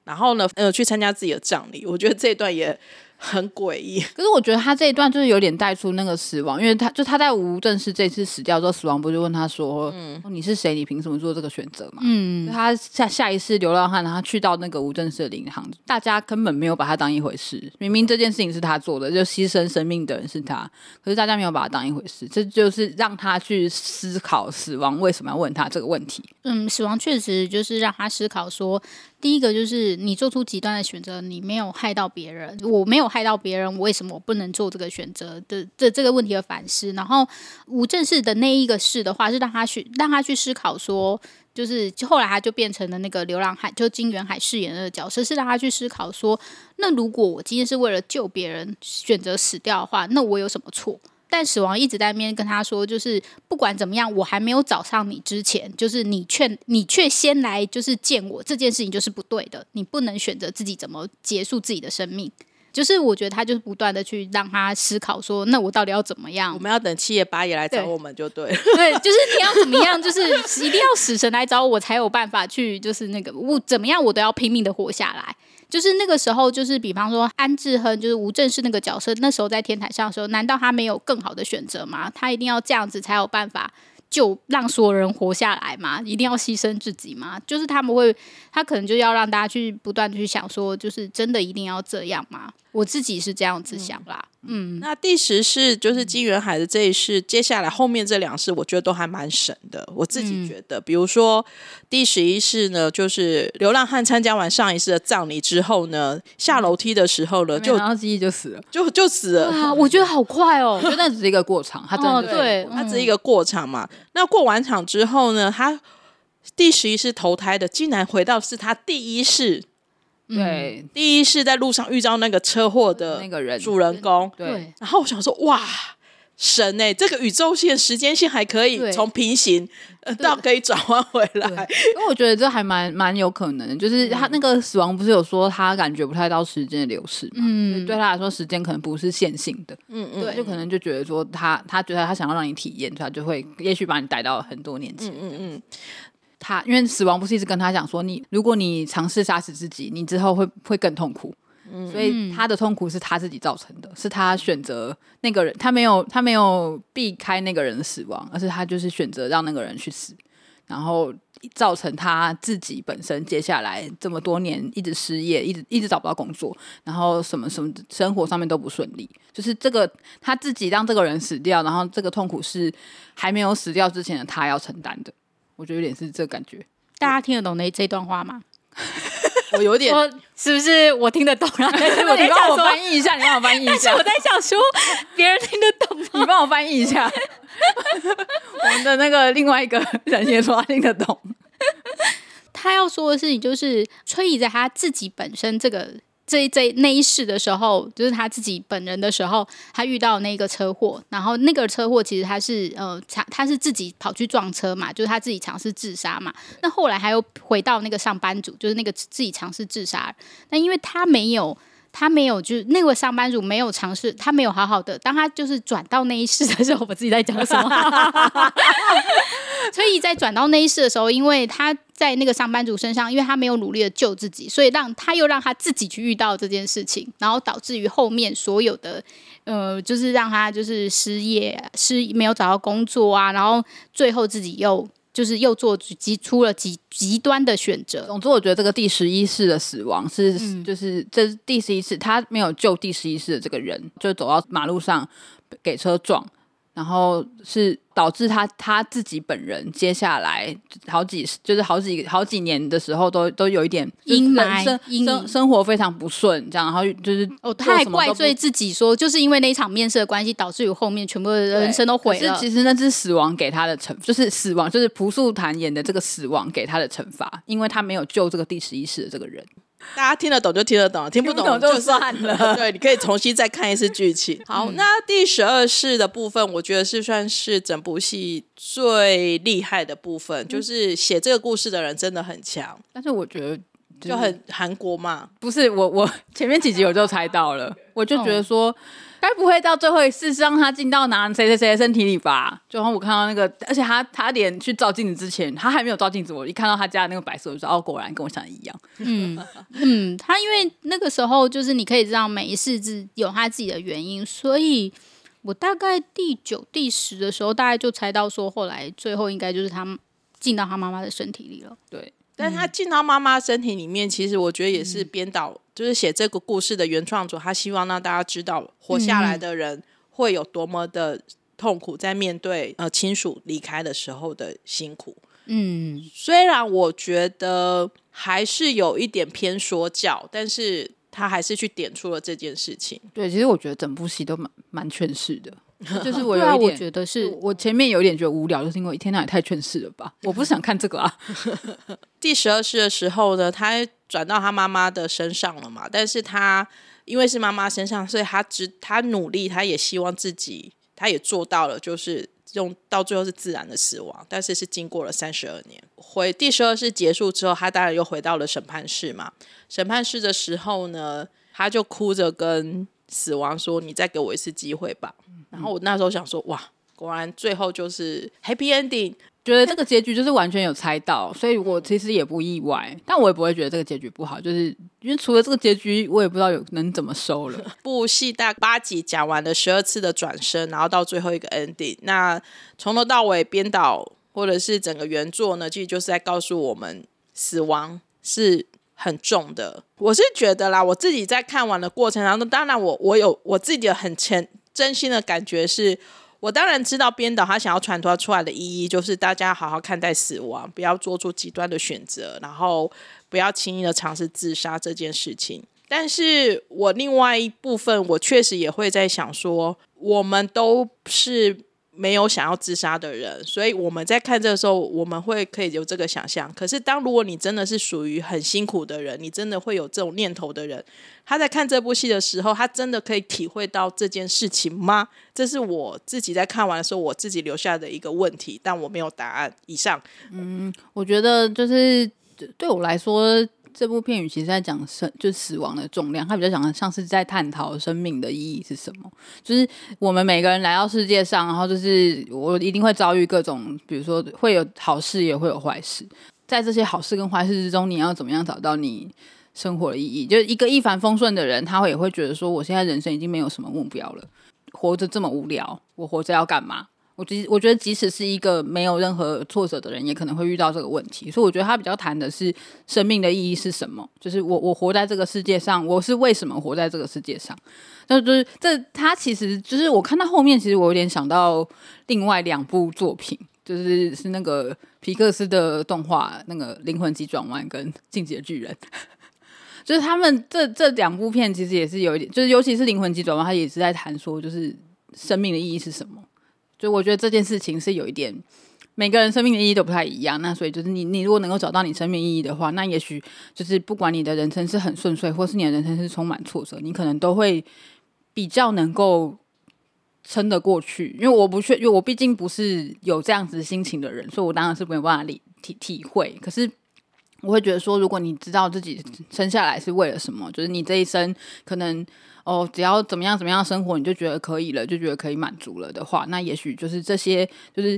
Speaker 1: 然后呢，呃，去参加自己的葬礼。我觉得这段也很诡异。
Speaker 3: 可是我觉得他这一段就是有点带出那个死亡，因为他就他在无正式这次死掉之后，死亡不就问他说：“哦你是谁？你凭什么做这个选择嘛？”
Speaker 2: 嗯，
Speaker 3: 他下下一次流浪汉，然后去到那个无正式的银行，大家根本没有把他当一回事。明明这件事情是他做的，就牺牲生命的人是他，可是大家没有把他当一回事。这
Speaker 2: 嗯
Speaker 3: 就是让他去思考死亡为什么要问他这个问题。
Speaker 2: 嗯，死亡确实就是让他思考说，第一个就是你做出极端的选择，你没有害到别人，我没有害到别人，为什么我不能做这个选择的这这个问题的反思。然后无正式的那一个事的话，是让他去让他去思考说。就是后来他就变成了那个流浪汉，就金元海饰演的那个角色，是让他去思考说，那如果我今天是为了救别人选择死掉的话，那我有什么错？但死亡一直在那边跟他说，就是不管怎么样，我还没有找上你之前，就是你却你却先来就是见我，这件事情就是不对的，你不能选择自己怎么结束自己的生命。就是我觉得他就是不断的去让他思考说，那我到底要怎么样
Speaker 1: 我？们要等七爷八爷来找
Speaker 2: 对
Speaker 1: 我们就对了。
Speaker 2: 对，就是你要怎么样，就是一定要死神来找我，才有办法去，就是那个我怎么样，我都要拼命的活下来。就是那个时候，就是比方说安志亨，就是吴正式那个角色，那时候在天台上的时候，难道他没有更好的选择吗？他一定要这样子才有办法就让所有人活下来吗？一定要牺牲自己吗？就是他们会，他可能就要让大家去不断地去想说，就是真的一定要这样吗？我自己是这样子想啦，嗯
Speaker 1: 那第十世就是金
Speaker 3: 嗯
Speaker 1: 元海的这一世，接下来后面这两世，我觉得都还蛮神的。我自
Speaker 3: 嗯
Speaker 1: 己觉得，比如说第十一世呢，就是流浪汉参加完上一世的葬礼之后呢，下楼梯的时候呢，就
Speaker 3: 然后记忆就死了，
Speaker 1: 就就死了。
Speaker 2: 啊，我觉得好快哦，
Speaker 3: 就那只是一个过场，他真的就是一个
Speaker 2: 哦对
Speaker 3: 过场
Speaker 1: 它只是一个过场嘛。那过完场之后呢，他第十一世投胎的，竟然回到是他第一世，
Speaker 3: 对
Speaker 1: 第一世在路上遇到那个车祸的
Speaker 3: 嗯那个人
Speaker 1: 主人公。
Speaker 3: 对，
Speaker 1: 然后我想说，哇，神哎、这个宇宙线、时间线还可以
Speaker 2: 对
Speaker 1: 从平行呃到可以转换回来。
Speaker 3: 因为我觉得这还蛮蛮有可能的，就是他那个死亡不是有说他感觉不太到时间的流逝嘛，
Speaker 2: 嗯，
Speaker 3: 对他来说时间可能不是线性的，
Speaker 1: 嗯
Speaker 3: 对，
Speaker 1: 嗯
Speaker 3: 就可能就觉得说他他觉得他想要让你体验，所以他就会也许把你带到很多年前。
Speaker 1: 嗯嗯，
Speaker 3: 他因为死亡不是一直跟他讲说你如果你尝试杀死自己，你之后会会更痛苦。所以他的痛苦是他自己造成的，是他选择那个人，他没有他没有避开那个人的死亡，而是他就是选择让那个人去死，然后造成他自己本身接下来这么多年一直失业，一直一直找不到工作，然后什么什么生活上面都不顺利，就是这个他自己让这个人死掉，然后这个痛苦是还没有死掉之前的他要承担的，我觉得有点是这个感 觉。
Speaker 2: 大家听得懂那这段话吗？
Speaker 1: 嗯我有点
Speaker 2: 我哦是不是我听得懂啊？但 是我
Speaker 3: 你
Speaker 2: 在
Speaker 3: 帮
Speaker 2: 想
Speaker 3: 我
Speaker 2: 说，
Speaker 3: 翻译一下，你帮我翻译一
Speaker 2: 但是
Speaker 3: 下
Speaker 2: 我，在想说，别人听得懂吗？
Speaker 3: 你帮我翻译一下。我们的那个另外一个人也说他听得懂，
Speaker 2: 他要说的事情就是，崔姨在他自己本身这个这这那一世的时候，就是他自己本人的时候，他遇到那个车祸，然后那个车祸其实他是呃，他他是自己跑去撞车嘛，就是他自己尝试自杀嘛。那后来他又回到那个上班族，就是那个自己尝试自杀，那因为他没有。他没有，就是那位上班族没有尝试，他没有好好的。当他就是转到那一世的时候， 我自己在讲什么？ 所以在转到那一世的时候，因为他在那个上班族身上，因为他没有努力的救自己，所以让他又让他自己去遇到这件事情，然后导致于后面所有的呃，就是让他就是失业、失没有找到工作啊，然后最后自己又就是又做极出了极极端的选择。
Speaker 3: 总之，我觉得这个第十一世的死亡是，就是这是第十一世，他没有救第十一世的这个人，就走到马路上被给车撞，然后是导致他他自己本人接下来好几就是好几好几年的时候都都有一点就是
Speaker 2: 阴
Speaker 3: 人
Speaker 2: 霾
Speaker 3: 生
Speaker 2: 阴影
Speaker 3: 生生活非常不顺，这样然后就是
Speaker 2: 哦，
Speaker 3: 做
Speaker 2: 他还
Speaker 3: 什么都
Speaker 2: 怪
Speaker 3: 不
Speaker 2: 罪自己说，就是因为那一场面试的关系，导致于后面全部的
Speaker 3: 对
Speaker 2: 人生都毁
Speaker 3: 可
Speaker 2: 了
Speaker 3: 是。其实那是死亡给他的惩，就是死亡，就是朴素坦演的这个死亡给他的惩罚，因为他没有救这个第十一世的这个人。
Speaker 1: 大家听得懂就听得懂，听不懂
Speaker 4: 听不懂
Speaker 1: 就
Speaker 4: 就是算了 嗯
Speaker 1: 对，你可以重新再看一次剧情。好，那第十二世的部分，我觉得是算是整部戏最厉害的部分，
Speaker 4: 嗯
Speaker 1: 就是写这个故事的人真的很强，
Speaker 3: 但是我觉得
Speaker 1: 就很韩国嘛。
Speaker 3: 不是我，我 前面几集我就猜到了，我就觉得说，该不会到最后一次是让他进到哪谁谁谁的身体里吧？就然后我看到那个，而且他他连去照镜子之前，他还没有照镜子，我一看到他家的那个白色，我就说哦，果然跟我想的一样。
Speaker 2: 嗯嗯，他因为那个时候就是你可以知道每一世自有他自己的原因，所以我大概第九、第十的时候，大概就猜到说后来最后应该就是他进到他妈妈的身体里了。
Speaker 3: 对，
Speaker 1: 但他进到妈妈身体里面，其实我觉得也是编导，就是写这个故事的原创者，他希望让大家知道活下来的人会有多么的痛苦，在面对呃亲属离开的时候的辛苦。
Speaker 2: 嗯，
Speaker 1: 虽然我觉得还是有一点偏说教，但是他还是去点出了这件事情。
Speaker 3: 对，其实我觉得整部戏都蛮蛮劝世的，就是我
Speaker 2: 对
Speaker 3: 有
Speaker 2: 啊，
Speaker 3: 一
Speaker 2: 我
Speaker 3: 点。
Speaker 2: 觉得是。
Speaker 3: 我前面有一点觉得无聊，就是因为一天到晚太劝世了吧？我不是想看这个啊，
Speaker 1: 第十二世的时候呢，他转到他妈妈的身上了嘛，但是他因为是妈妈身上，所以他只他努力，他也希望自己，他也做到了，就是。用到最后是自然的死亡，但是是经过了三十二年。回第十二世结束之后，他当然又回到了审判室嘛。审判室的时候呢，他就哭着跟死亡说：“你再给我一次机会吧。”然后我那时候想说：“哇，果然最后就是 happy ending，
Speaker 3: 觉得这个结局就是完全有猜到，所以我其实也不意外，但我也不会觉得这个结局不好，就是因为除了这个结局，我也不知道有能怎么收了。
Speaker 1: 部戏大概八集讲完了十二次的转身，然后到最后一个 ending。那从头到尾，编导或者是整个原作呢，其实就是在告诉我们，死亡是很重的。我是觉得啦，我自己在看完的过程当中，当然我我有我自己的很前真心的感觉是。我当然知道编导他想要传达出来的意义，就是大家好好看待死亡，不要做出极端的选择，然后不要轻易的尝试自杀这件事情。但是我另外一部分，我确实也会在想说，我们都是没有想要自杀的人，所以我们在看这个时候，我们会可以有这个想象。可是，当如果你真的是属于很辛苦的人，你真的会有这种念头的人，他在看这部戏的时候，他真的可以体会到这件事情吗？这是我自己在看完的时候，我自己留下的一个问题，但我没有答案。以上，
Speaker 3: 我觉得就是对我来说，这部片语其实在讲生，就是死亡的重量，它比较讲像是在探讨生命的意义是什么。就是我们每个人来到世界上，然后就是我一定会遭遇各种，比如说会有好事，也会有坏事。在这些好事跟坏事之中，你要怎么样找到你生活的意义？就是一个一帆风顺的人，他会也会觉得说，我现在人生已经没有什么目标了，活着这么无聊，我活着要干嘛？我即我觉得，即使是一个没有任何挫折的人，也可能会遇到这个问题。所以我觉得他比较谈的是生命的意义是什么，就是我我活在这个世界上，我是为什么活在这个世界上？那就是这他其实就是我看到后面，其实我有点想到另外两部作品，就是是那个皮克斯的动画那个《灵魂急转弯》跟《进击的巨人》。 就是他们这这两部片其实也是有一点，就是尤其是《灵魂急转弯》，它也是在谈说，就是生命的意义是什么。就我觉得这件事情是有一点，每个人生命的意义都不太一样。那所以就是你，你如果能够找到你生命意义的话，那也许就是不管你的人生是很顺遂，或是你的人生是充满挫折，你可能都会比较能够撑得过去。因为我不确，因为我毕竟不是有这样子心情的人，所以我当然是没有办法理体体会。可是。我会觉得说，如果你知道自己生下来是为了什么，就是你这一生可能哦，只要怎么样怎么样生活，你就觉得可以了，就觉得可以满足了的话，那也许就是这些，就是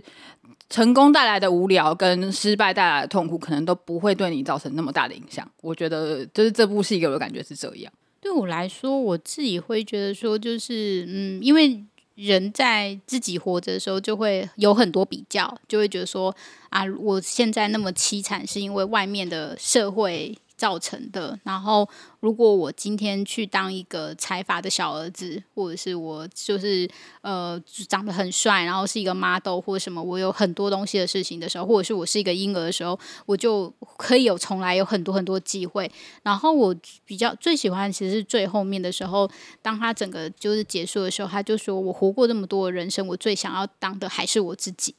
Speaker 3: 成功带来的无聊跟失败带来的痛苦，可能都不会对你造成那么大的影响。我觉得就是这部戏给我的感觉是这样。
Speaker 2: 对我来说，我自己会觉得说，就是嗯，因为人在自己活着的时候，就会有很多比较，就会觉得说啊，我现在那么凄惨，是因为外面的社会造成的。然后，如果我今天去当一个财阀的小儿子，或者是我就是呃长得很帅，然后是一个 model 或什么，我有很多东西的事情的时候，或者是我是一个婴儿的时候，我就可以有从来有很多很多机会。然后我比较最喜欢其实是最后面的时候，当他整个就是结束的时候，他就说我活过这么多人生，我最想要当的还是我自己。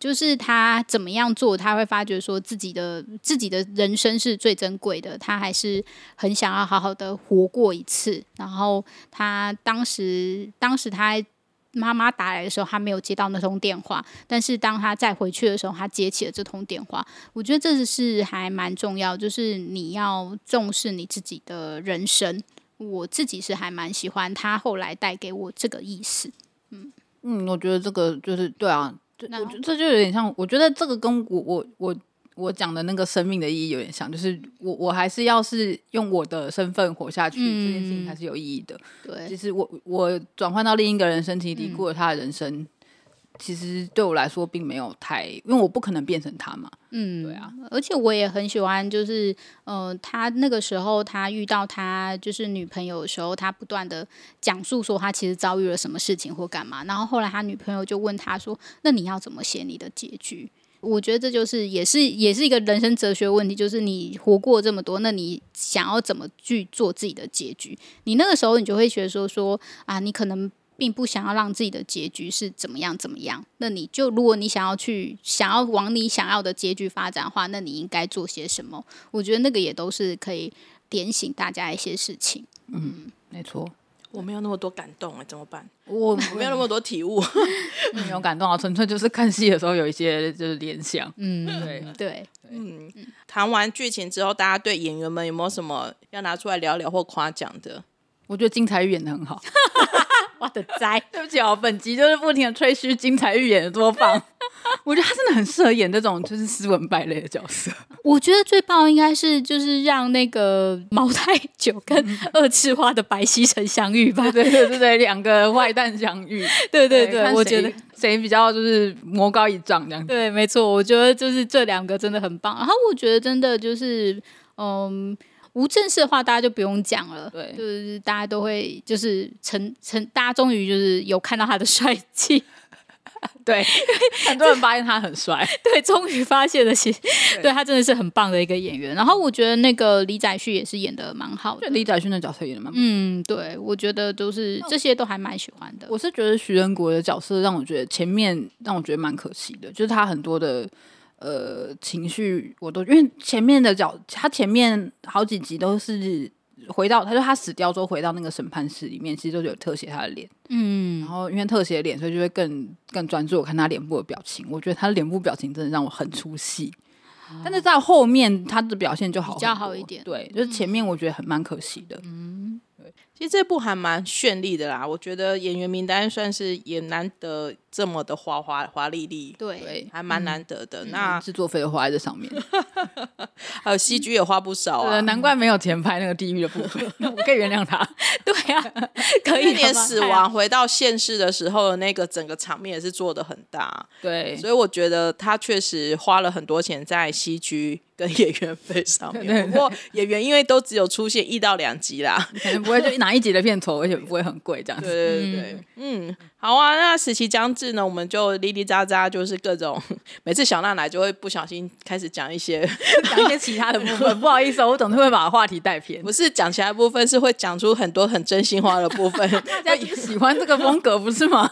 Speaker 2: 就是他怎么样做，他会发觉说自己的自己的人生是最珍贵的，他还是很想要好好的活过一次。然后他当时，当时他妈妈打来的时候，他没有接到那通电话，但是当他再回去的时候，他接起了这通电话。我觉得这是还蛮重要，就是你要重视你自己的人生。我自己是还蛮喜欢他后来带给我这个意思。
Speaker 3: 嗯，我觉得这个就是对啊，这
Speaker 2: 那
Speaker 3: 我觉得这就有点像，我觉得这个跟我我我我讲的那个生命的意义有点像，就是我我还是要是用我的身份活下去，这件事情才是有意义的。其
Speaker 2: 对，
Speaker 3: 实我我转换到另一个人身体里过了他的人生，其实对我来说并没有太，因为我不可能变成他嘛。
Speaker 2: 嗯，
Speaker 3: 对啊，
Speaker 2: 而且我也很喜欢，就是呃，他那个时候他遇到他就是女朋友的时候，他不断的讲述说他其实遭遇了什么事情或干嘛，然后后来他女朋友就问他说：“那你要怎么写你的结局？”我觉得这就是也是也是一个人生哲学问题，就是你活过这么多，那你想要怎么去做自己的结局？你那个时候你就会觉得说说啊，你可能并不想要让自己的结局是怎么样怎么样。那你就如果你想要去想要往你想要的结局发展的话，那你应该做些什么？我觉得那个也都是可以点醒大家一些事情。
Speaker 3: 没错，
Speaker 1: 我没有那么多感动哎、怎么办？
Speaker 3: 我
Speaker 1: 我没有那么多体悟。
Speaker 3: 没有感动啊，纯粹就是看戏的时候有一些就是联想。
Speaker 2: 嗯，
Speaker 3: 对，
Speaker 2: 对，
Speaker 1: 谈完剧情之后，大家对演员们有没有什么要拿出来聊聊或夸奖的？
Speaker 3: 我觉得金彩玉演的很 好。
Speaker 2: 我的灾，
Speaker 3: 对不起哦，本集就是不停的吹嘘金彩玉演的 多棒，我觉得他真的很适合演这种就是斯文败类的角 色。
Speaker 2: 我觉得最棒应该是就是让那个毛太久跟 二次化的白希晨相遇吧。
Speaker 3: 对对对对，两个坏蛋相遇，
Speaker 2: 对对
Speaker 3: 看
Speaker 2: 对，我觉
Speaker 3: 谁
Speaker 2: 得
Speaker 3: 谁比较就是魔高一丈这样子。
Speaker 2: 对，没错，我觉得就是这两个真的很棒。然后我觉得真的就是，嗯，无正式的话大家就不用讲了，
Speaker 3: 对
Speaker 2: 就是大家都会就是成成，大家终于就是有看到他的帅气，
Speaker 3: 对，很多人发现他很帅，
Speaker 2: 对，终于发现了其，对他真的是很棒的一个演员。然后我觉得那个李宰旭也是演的蛮好
Speaker 3: 就
Speaker 2: 的，
Speaker 3: 李宰勋的角色演的蛮不错。
Speaker 2: 嗯，对，我觉得都是这些都还蛮喜欢的。
Speaker 3: 我是觉得徐仁国的角色让我觉得前面让我觉得蛮可惜的，就是他很多的呃情绪我都因为前面的角他前面好几集都是回到他就他死掉之后回到那个审判室里面，其实都是有特写他的脸，
Speaker 2: 嗯
Speaker 3: 然，后因为特写脸，所以就会更更专注我看他脸部的表情。我觉得他的脸部表情真的让我很出戏，但是到后面他的表现就好
Speaker 2: 哦比较
Speaker 3: 很
Speaker 2: 好
Speaker 3: 多
Speaker 2: 一点嗯
Speaker 3: 对，就是前面我觉得很蛮可惜的。
Speaker 1: 其实这部还蛮绚丽的啦，我觉得演员名单算是也难得这么的华华华丽丽，
Speaker 2: 对，
Speaker 3: 对，
Speaker 1: 还蛮难得的。那
Speaker 3: 制作费都花在这上面，
Speaker 1: 还有 CG 也花不少啊
Speaker 3: 对，，难怪没有钱拍那个地狱的部 分，我可以原谅他。
Speaker 2: 对啊，可以
Speaker 1: 去
Speaker 2: 了
Speaker 1: 年
Speaker 2: 吧
Speaker 1: 死亡回到现世的时候，那个整个场面也是做的很大，
Speaker 3: 对，
Speaker 1: 所以我觉得他确实花了很多钱在 CG 跟演员费上面。不过演员因为都只有出现一到两集啦，
Speaker 3: 可能不会就拿一集的片酬，而且不会很贵这样
Speaker 1: 对
Speaker 3: 子。
Speaker 1: 对对对，嗯，好啊。那死期将至呢，我们就哩哩喳喳，就是各种每次小娜来就会不小心开始讲一些，
Speaker 3: 讲一些其他的部分，不好意思、哦，我总是会把话题带 偏
Speaker 1: 不。是讲其他部分，是会讲出很多很真心话的部分。
Speaker 3: 大家就是喜欢这个风格，不是吗？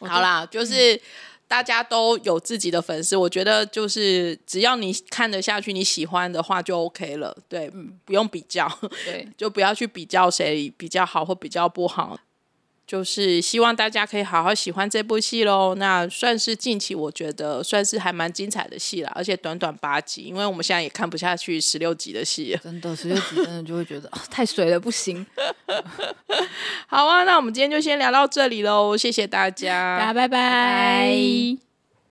Speaker 1: 好啦，就是大家都有自己的粉丝，我觉得就是只要你看得下去，你喜欢的话就 OK 了，对，不用比较，
Speaker 3: 对，
Speaker 1: 就不要去比较谁比较好或比较不好。就是希望大家可以好好喜欢这部戏喽。那算是近期我觉得算是还蛮精彩的戏啦，而且短短八集，因为我们现在也看不下去十六集的戏了。
Speaker 3: 真的十六集真的就会觉得、啊太水了，不行。
Speaker 1: 好啊，那我们今天就先聊到这里喽，谢谢大家，
Speaker 2: 大家拜拜